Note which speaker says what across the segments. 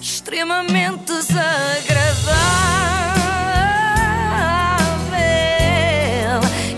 Speaker 1: extremamente desagradável.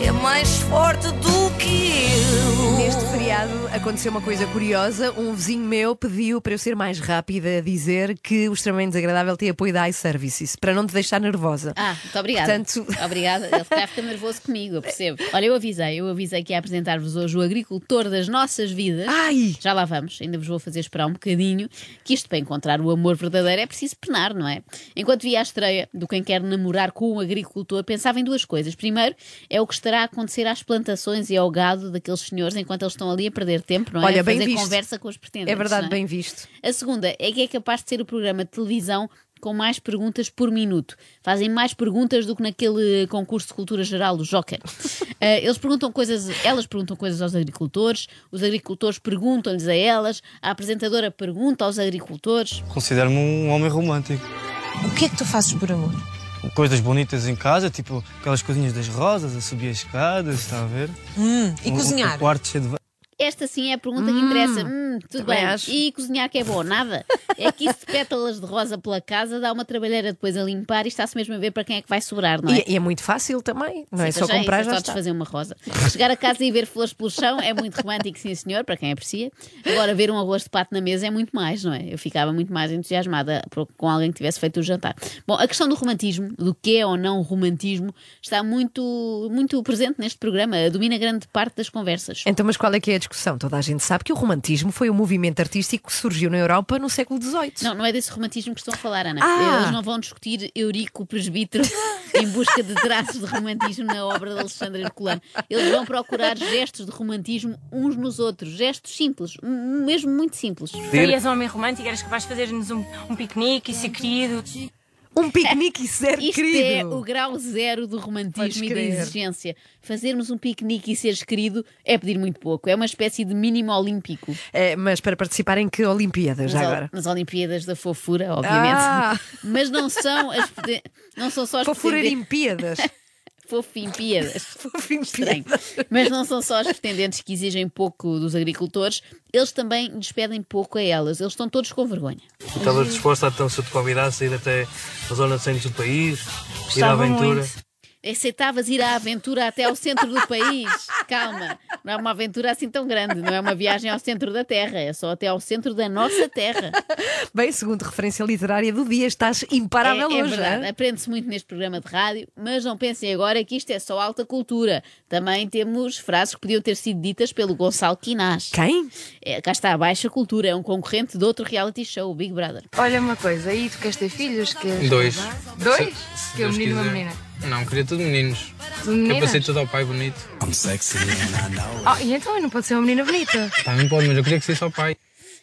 Speaker 1: É mais forte do que eu.
Speaker 2: Neste feriado aconteceu uma coisa curiosa. Um vizinho meu pediu para eu ser mais rápida a dizer que o extremamente desagradável tem apoio da iServices, para não te deixar nervosa.
Speaker 3: Ah, muito obrigada.
Speaker 2: Portanto-
Speaker 3: Obrigada. Ele deve ficar nervoso comigo, eu percebo. Olha, eu avisei, eu avisei que ia apresentar-vos hoje o agricultor das nossas vidas.
Speaker 2: Ai!
Speaker 3: Já lá vamos, ainda vos vou fazer esperar um bocadinho, que isto para encontrar o amor verdadeiro é preciso penar, não é? Enquanto via a estreia do Quem Quer Namorar com um Agricultor, pensava em duas coisas. Primeiro, é o que estará a acontecer às plantações e ao gado daqueles senhores enquanto eles estão ali a perder tempo, não é?
Speaker 2: Olha,
Speaker 3: a
Speaker 2: bem
Speaker 3: fazer
Speaker 2: visto.
Speaker 3: conversa com os pretendentes.
Speaker 2: É verdade,
Speaker 3: não
Speaker 2: bem visto.
Speaker 3: a segunda é que é capaz de ser o programa de televisão com mais perguntas por minuto. Fazem mais perguntas do que naquele concurso de cultura geral do Joker. Eh, eles perguntam coisas, elas perguntam coisas aos agricultores, os agricultores perguntam-lhes a elas, a apresentadora pergunta aos agricultores.
Speaker 4: Considero-me um homem romântico.
Speaker 5: O que é que tu fazes por amor?
Speaker 4: Coisas bonitas em casa, tipo aquelas coisinhas das rosas, a subir as escadas, está a ver?
Speaker 5: Hum, e
Speaker 4: O- o-
Speaker 5: cozinhar?
Speaker 4: O quarto cheio de. va-
Speaker 3: Esta sim é a pergunta que interessa. Hum, tudo
Speaker 2: também
Speaker 3: bem.
Speaker 2: acho.
Speaker 3: E cozinhar que é bom, nada. É que isso de pétalas de rosa pela casa dá uma trabalheira depois a limpar e está-se mesmo a ver para quem é que vai sobrar, não é?
Speaker 2: E, e é muito fácil também, não é?
Speaker 3: Sim,
Speaker 2: Só
Speaker 3: mas é
Speaker 2: comprar
Speaker 3: isso,
Speaker 2: já,
Speaker 3: é só
Speaker 2: está.
Speaker 3: desfazer uma rosa. Chegar a casa e ver flores pelo chão é muito romântico, sim senhor, para quem aprecia. Agora, ver um arroz de pato na mesa é muito mais, não é? Eu ficava muito mais entusiasmada por- com alguém que tivesse feito o jantar. Bom, a questão do romantismo, do que é ou não romantismo, está muito, muito presente neste programa. Domina grande parte das conversas.
Speaker 2: Então, mas qual é que é a discussão? Toda a gente sabe que o romantismo foi um movimento artístico que surgiu na Europa no século XVIII.
Speaker 3: Não, não é desse romantismo que estão a falar, Ana.
Speaker 2: Ah!
Speaker 3: Eles não vão discutir Eurico Presbítero em busca de traços de romantismo na obra de Alexandre Herculano. Eles vão procurar gestos de romantismo uns nos outros, gestos simples, um- mesmo muito simples.
Speaker 6: Tu és um homem romântico, eras capaz de fazer-nos um, um piquenique e ser querido.
Speaker 2: Um piquenique e ser
Speaker 3: Isto é
Speaker 2: querido.
Speaker 3: o grau zero do romantismo
Speaker 2: Podes
Speaker 3: e da
Speaker 2: crer.
Speaker 3: exigência. Fazermos um piquenique e seres querido é pedir muito pouco. É uma espécie de mínimo olímpico.
Speaker 2: É, mas para participar em que Olimpíadas já
Speaker 3: nas,
Speaker 2: agora?
Speaker 3: nas Olimpíadas da Fofura, obviamente.
Speaker 2: Ah!
Speaker 3: Mas não são, as, prete- não são só as
Speaker 2: Fofura
Speaker 3: pretendentes-
Speaker 2: Olimpíadas.
Speaker 3: Fofimpíadas. estranho.
Speaker 2: Olimpíadas.
Speaker 3: Mas não são só os pretendentes que exigem pouco dos agricultores, eles também lhes pedem pouco a elas. Eles estão todos com vergonha.
Speaker 7: Estavas disposta a
Speaker 8: um
Speaker 7: então se eu te convidasse a ir até a zona centro do país, ir à
Speaker 6: Gostava
Speaker 7: aventura.
Speaker 6: muito.
Speaker 3: Aceitavas É ir à aventura até ao centro do país? Calma, não é uma aventura assim tão grande, não é uma viagem ao centro da Terra, é só até ao centro da nossa Terra.
Speaker 2: Bem, segundo referência literária do dia, estás imparável
Speaker 3: é, é
Speaker 2: hoje.
Speaker 3: verdade,
Speaker 2: hein?
Speaker 3: aprende-se muito neste programa de rádio, mas não pensem agora que isto é só alta cultura. Também temos frases que podiam ter sido ditas pelo Gonçalo Quinás.
Speaker 2: Quem?
Speaker 3: É, cá está a baixa cultura, é um concorrente de outro reality show, o Big Brother.
Speaker 9: Olha uma coisa, aí tu queres ter filhos? Queres
Speaker 8: Dois.
Speaker 9: casar? Dois?
Speaker 8: Se- se
Speaker 9: que é um
Speaker 8: Deus
Speaker 9: menino e uma
Speaker 8: quiser.
Speaker 9: menina.
Speaker 8: Não, queria tudo meninos.
Speaker 9: De
Speaker 8: Que é para
Speaker 9: meninas?
Speaker 8: ser tudo ao pai bonito.
Speaker 9: Ah, e então não pode ser uma menina bonita.
Speaker 8: Também pode, mas eu queria que fosse ao pai.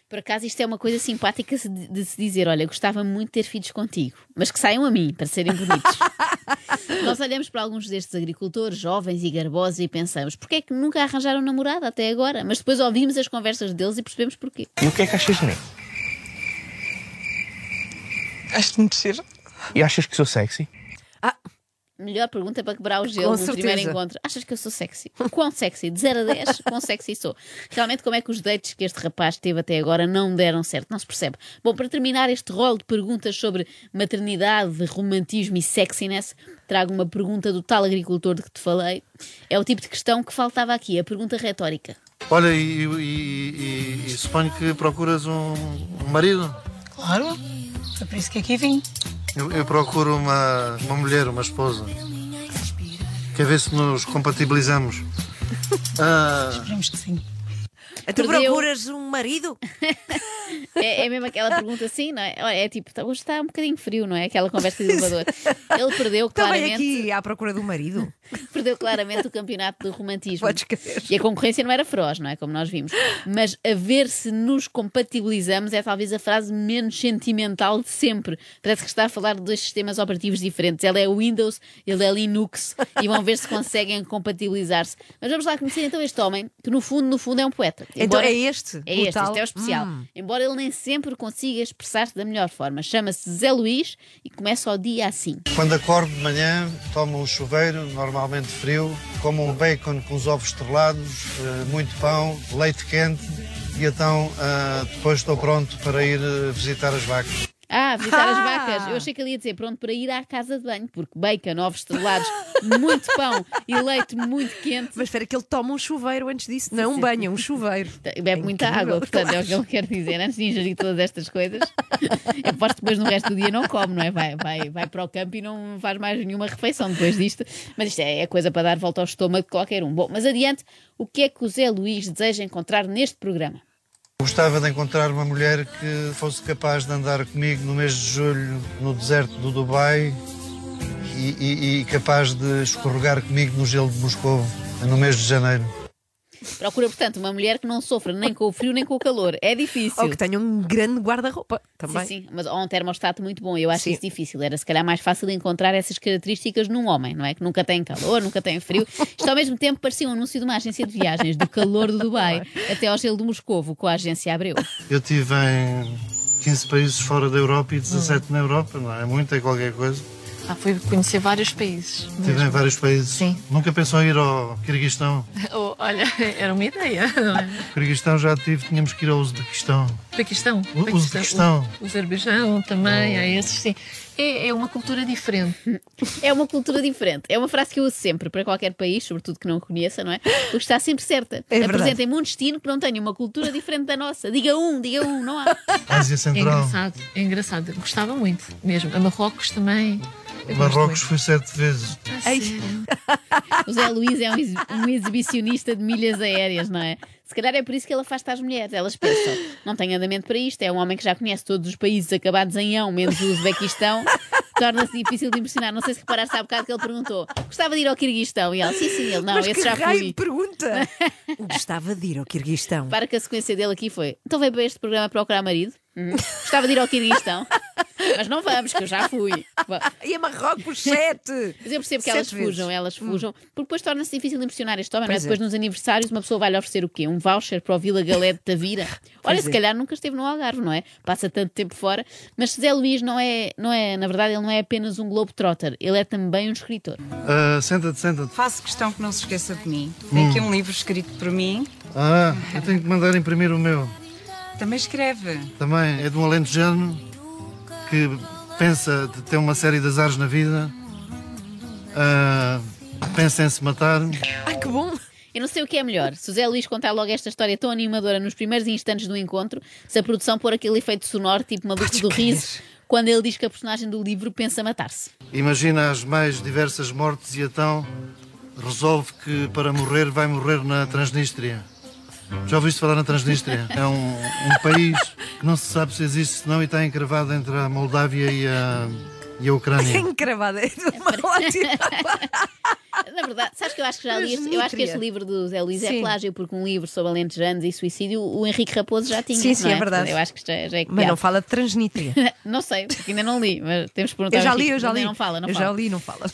Speaker 3: Por acaso, isto é uma coisa simpática se- de se dizer: olha, gostava muito de ter filhos contigo, mas que saiam a mim para serem bonitos. Nós olhamos para alguns destes agricultores, jovens e garbosos, e pensamos: porquê é que nunca arranjaram namorada até agora? Mas depois ouvimos as conversas deles e percebemos porquê.
Speaker 10: E o que é que achas de mim?
Speaker 5: Acho-te mexer.
Speaker 10: E achas que sou sexy?
Speaker 3: Melhor pergunta para quebrar o
Speaker 2: Com
Speaker 3: gelo no
Speaker 2: certeza.
Speaker 3: primeiro encontro. Achas que eu sou sexy? Quão sexy? De 0 a 10, quão sexy sou? Realmente, como é que os dates que este rapaz teve até agora não deram certo? Não se percebe. Bom, para terminar este rol de perguntas sobre maternidade, romantismo e sexiness, trago uma pergunta do tal agricultor de que te falei. É o tipo de questão que faltava aqui, a pergunta retórica.
Speaker 11: Olha, e, e- e- e suponho que procuras um, um marido?
Speaker 5: Claro. É por isso que aqui vim.
Speaker 11: Eu, eu procuro uma, uma mulher, uma esposa. Quer ver se nos compatibilizamos? Ah,
Speaker 5: Esperemos que sim.
Speaker 2: Tu
Speaker 3: Perdeu.
Speaker 2: procuras um marido?
Speaker 3: É, é mesmo aquela pergunta assim, não é? Olha, É tipo, "Tá- hoje está um bocadinho frio, não é? Aquela conversa de elevador. Ele perdeu
Speaker 2: Também
Speaker 3: claramente.
Speaker 2: Tá Então aqui à procura do marido?
Speaker 3: perdeu claramente o campeonato do romantismo.
Speaker 2: Podes crer.
Speaker 3: E a concorrência não era feroz, não é? Como nós vimos. Mas a ver se nos compatibilizamos é talvez a frase menos sentimental de sempre. Parece que está a falar de dois sistemas operativos diferentes. Ela é Windows, ele é Linux. E vão ver se conseguem compatibilizar-se. Mas vamos lá conhecer então este homem, que no fundo, no fundo é um poeta.
Speaker 2: Então
Speaker 3: Embora-
Speaker 2: é este?
Speaker 3: é
Speaker 2: O
Speaker 3: este,
Speaker 2: tal-
Speaker 3: este é o especial.
Speaker 2: Hum.
Speaker 3: Embora ele nem sempre consiga expressar-se da melhor forma. Chama-se Zé Luís e começa o dia assim.
Speaker 11: quando acordo de manhã, tomo um chuveiro, normalmente frio, como um bacon com os ovos estrelados, eh, muito pão, leite quente e então ah, depois estou pronto para ir eh, visitar as vacas.
Speaker 3: Ah, Ah, visitar as vacas. Eu achei que ele ia dizer pronto para ir à casa de banho, porque bacon, ovos estrelados, muito pão e leite muito quente.
Speaker 2: Mas espera que ele toma um chuveiro antes disso. Não um banho, um chuveiro.
Speaker 3: Bebe muita água, portanto, é o que ele quer dizer. Antes de ingerir todas estas coisas, aposto que depois no resto do dia não come, não é? Vai, vai, vai para o campo e não faz mais nenhuma refeição depois disto. Mas isto é, é coisa para dar volta ao estômago de qualquer um. Bom, mas adiante, o que é que o Zé Luís deseja encontrar neste programa?
Speaker 11: Gostava de encontrar uma mulher que fosse capaz de andar comigo no mês de julho no deserto do Dubai e, e- e capaz de escorregar comigo no gelo de Moscovo no mês de janeiro.
Speaker 3: Procura, portanto, uma mulher que não sofra nem com o frio nem com o calor. É difícil.
Speaker 2: Ou que tenha um grande guarda-roupa também.
Speaker 3: Sim, sim, mas ou um termostato muito bom, eu acho
Speaker 2: Sim.
Speaker 3: isso difícil. Era se calhar mais fácil encontrar essas características num homem, não é? Que nunca tem calor, nunca tem frio. Isto ao mesmo tempo parecia um anúncio de uma agência de viagens, do calor do Dubai
Speaker 2: é?
Speaker 3: até ao gelo de Moscovo, com a agência abriu.
Speaker 11: Eu estive em 15 países fora da Europa e 17 na Europa, não é? Muito, é qualquer coisa.
Speaker 5: Ah, fui conhecer vários países.
Speaker 11: Estive em vários países. Nunca pensou em ir ao Kirguistão?
Speaker 5: Oh, olha, era uma ideia, não é?
Speaker 11: O Kirguistão já tive, tínhamos que ir ao Uzbequistão.
Speaker 5: Paquistão.
Speaker 11: O- o Uzbequistão. Oh.
Speaker 5: O Azerbaijão também, há esses, sim. É, é uma cultura diferente.
Speaker 3: É uma cultura diferente. É uma frase que eu uso sempre para qualquer país, sobretudo que não conheça, não é? Porque está sempre certa.
Speaker 2: É verdade.
Speaker 3: Apresentem-me um destino que não tenha uma cultura diferente da nossa. Diga um, diga um, não há.
Speaker 11: Ásia
Speaker 5: É
Speaker 11: Central.
Speaker 5: engraçado, é engraçado. Eu Gostava muito mesmo. A Marrocos também. Eu gosto
Speaker 11: Marrocos
Speaker 5: muito.
Speaker 11: fui sete vezes.
Speaker 5: Ah, sério?
Speaker 3: O Zé Luís é um, ex- um exibicionista de milhas aéreas, não é? Se calhar é por isso que ele afasta as mulheres. Elas pensam, não tem andamento para isto. É um homem que já conhece todos os países acabados em ão, menos o Uzbequistão. Torna-se difícil de impressionar. Não sei se reparaste há bocado que ele perguntou: gostava de ir ao Kirguistão? E ela, sim, sim, ele, não,
Speaker 2: Mas
Speaker 3: esse
Speaker 2: que
Speaker 3: já
Speaker 2: raio
Speaker 3: fui.
Speaker 2: de pergunta! Gostava de ir ao Kirguistão.
Speaker 3: Para que a sequência dele aqui foi: então vem para este programa procurar marido? Hum, Gostava de ir ao Kirguistão. Mas não vamos, que eu já fui. Bom,
Speaker 2: E a Marrocos 7!
Speaker 3: Mas eu percebo
Speaker 2: Sete
Speaker 3: que elas fujam,
Speaker 2: vezes. Hum.
Speaker 3: elas fujam, porque depois torna-se difícil impressionar este homem, não é?
Speaker 2: Pois é.
Speaker 3: Depois nos aniversários uma pessoa vai-lhe oferecer o quê? Um voucher para o Vila Galé de Tavira? Olha,
Speaker 2: Pois
Speaker 3: se
Speaker 2: é.
Speaker 3: calhar nunca esteve no Algarve, não é? Passa tanto tempo fora. Mas José Luís não é, não é, na verdade, ele não é apenas um globetrotter, ele é também um escritor.
Speaker 11: Ah, senta-te, senta-te.
Speaker 12: Faço questão que não se esqueça de mim. Tem aqui um livro escrito por mim.
Speaker 11: Ah, eu tenho que mandar imprimir o meu.
Speaker 12: Também escreve.
Speaker 11: Também é de um alentejano que pensa de ter uma série de azares na vida. Ah, pensa em se matar.
Speaker 3: é
Speaker 2: Ai que bom!
Speaker 3: Eu não sei o que é melhor. Se o Zé Luís contar logo esta história tão animadora nos primeiros instantes do encontro, se a produção pôr aquele efeito sonoro, tipo maluco do riso, quando ele diz que a personagem do livro pensa matar-se.
Speaker 11: Imagina as mais diversas mortes e então resolve que para morrer vai morrer na Transnistria. Já ouviste falar na Transnistria? É um, um país que não se sabe se existe, se não, e está encravado entre a Moldávia e a, e a Ucrânia.
Speaker 2: Encravada é de uma ótima.
Speaker 3: Na verdade, sabes que eu acho que já li este, eu
Speaker 2: Transnistria.
Speaker 3: acho que este livro do Zé Luís é
Speaker 2: Sim.
Speaker 3: plágio, porque um livro sobre alentejanos e suicídio, o Henrique Raposo já tinha.
Speaker 2: Sim, sim,
Speaker 3: não
Speaker 2: é verdade.
Speaker 3: Eu acho que já, já é
Speaker 2: Mas não
Speaker 3: criado.
Speaker 2: fala de Transnistria.
Speaker 3: Não sei, porque ainda não li, mas temos que perguntar.
Speaker 2: Eu já
Speaker 3: ao
Speaker 2: li,
Speaker 3: Henrique,
Speaker 2: eu já
Speaker 3: mas
Speaker 2: li.
Speaker 3: Então, Não fala, não
Speaker 2: eu
Speaker 3: fala. É.
Speaker 2: já li, não fala.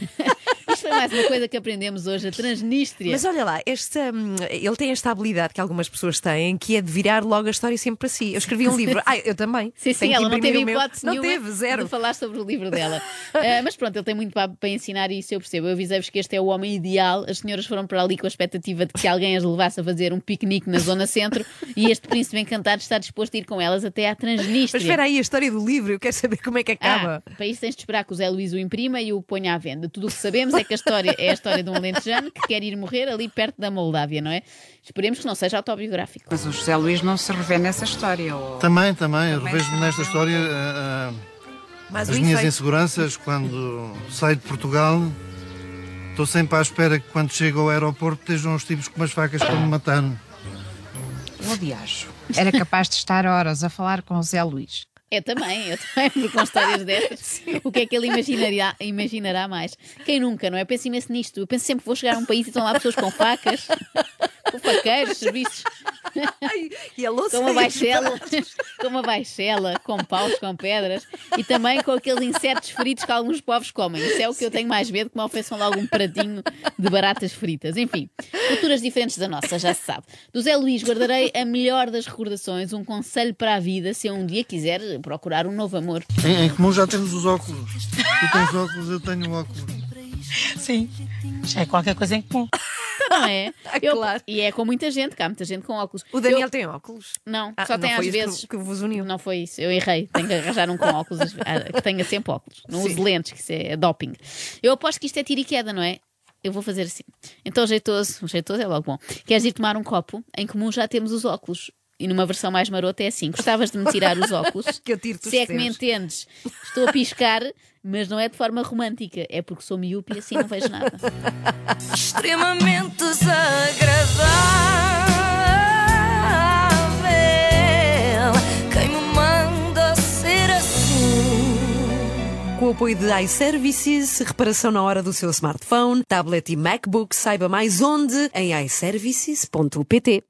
Speaker 3: Isto foi mais uma coisa que aprendemos hoje, a Transnistria.
Speaker 2: Mas olha lá, esta, hum, ele tem esta habilidade que algumas pessoas têm, que é de virar logo a história sempre para si. Eu escrevi um livro. Ah, eu também.
Speaker 3: Sim, sim,
Speaker 2: Tenho que
Speaker 3: ela não
Speaker 2: imprimir
Speaker 3: teve
Speaker 2: o meu.
Speaker 3: hipótese
Speaker 2: Não
Speaker 3: nenhuma
Speaker 2: teve,
Speaker 3: de
Speaker 2: zero.
Speaker 3: falar sobre o livro dela. Ah, mas pronto, ele tem muito para, para ensinar e isso eu percebo. Eu avisei-vos que este é o homem ideal. As senhoras foram para ali com a expectativa de que alguém as levasse a fazer um piquenique na zona centro e este príncipe encantado está disposto a ir com elas até à Transnistria.
Speaker 2: Mas espera aí, a história do livro, eu quero saber como é que acaba.
Speaker 3: Ah, para isso tens de esperar que o Zé Luís o imprima e o ponha à venda. Tudo o que sabemos é que a história é a história de um alentejano que quer ir morrer ali perto da Moldávia, não é? Esperemos que não seja autobiográfico.
Speaker 12: Mas o José Luís não se revê nessa história. ou-
Speaker 11: Também, também, eu revejo-me nesta história. ah, ah,
Speaker 2: Mas
Speaker 11: As
Speaker 2: o
Speaker 11: minhas
Speaker 2: efeito-
Speaker 11: inseguranças quando saio de Portugal, estou sempre à espera que quando chego ao aeroporto estejam os tipos com umas facas para me matar.
Speaker 12: ou viajo. Era capaz de estar horas a falar com o José Luís.
Speaker 3: É também, eu também, porque com histórias destas, o que é que ele imaginaria, imaginará mais? Quem nunca, não é? Eu penso imenso nisto. Eu penso sempre que vou chegar a um país e estão lá pessoas com facas, com faqueiros, serviços,
Speaker 2: Ai, e a louça
Speaker 3: com uma
Speaker 2: e as
Speaker 3: baixela, com uma baixela, com paus, com pedras e também com aqueles insetos fritos que alguns povos comem. Isso é o que eu tenho mais medo, que me ofereçam logo um pratinho de baratas fritas. Enfim, culturas diferentes da nossa, já se sabe. Do Zé Luís guardarei a melhor das recordações, um conselho para a vida, se eu um dia quiser procurar um novo amor.
Speaker 11: Em, em comum já temos os óculos. Tu tens óculos, eu tenho óculos.
Speaker 13: Sim. Já é qualquer coisa em comum.
Speaker 3: Não é? Eu- E é com muita gente, cá, há muita gente com óculos.
Speaker 2: Tá O Daniel tem óculos?
Speaker 3: Não,
Speaker 2: Ah,
Speaker 3: só
Speaker 2: não
Speaker 3: tem
Speaker 2: foi
Speaker 3: às
Speaker 2: isso que-
Speaker 3: vezes. Que, vos uniu. Não foi isso, eu errei. Tenho que arranjar um com óculos, às- ah, que tenha sempre óculos. Não
Speaker 2: Sim.
Speaker 3: use lentes, que isso é doping. Eu aposto que isto é tiro e queda, não é? Eu vou fazer assim. Então, jeitoso, jeitoso é logo bom. Queres ir tomar um copo? Em comum já temos os óculos. E numa versão mais marota é assim: gostavas de me tirar os óculos?
Speaker 2: Que eu tiro-te os
Speaker 3: Se é que me
Speaker 2: teus.
Speaker 3: entendes, estou a piscar, mas não é de forma romântica. É porque sou miúpe e assim não vejo nada.
Speaker 1: extremamente desagradável. Quem me manda ser assim?
Speaker 2: Com o apoio de iServices, reparação na hora do seu smartphone, tablet e MacBook, saiba mais onde em iServices.pt.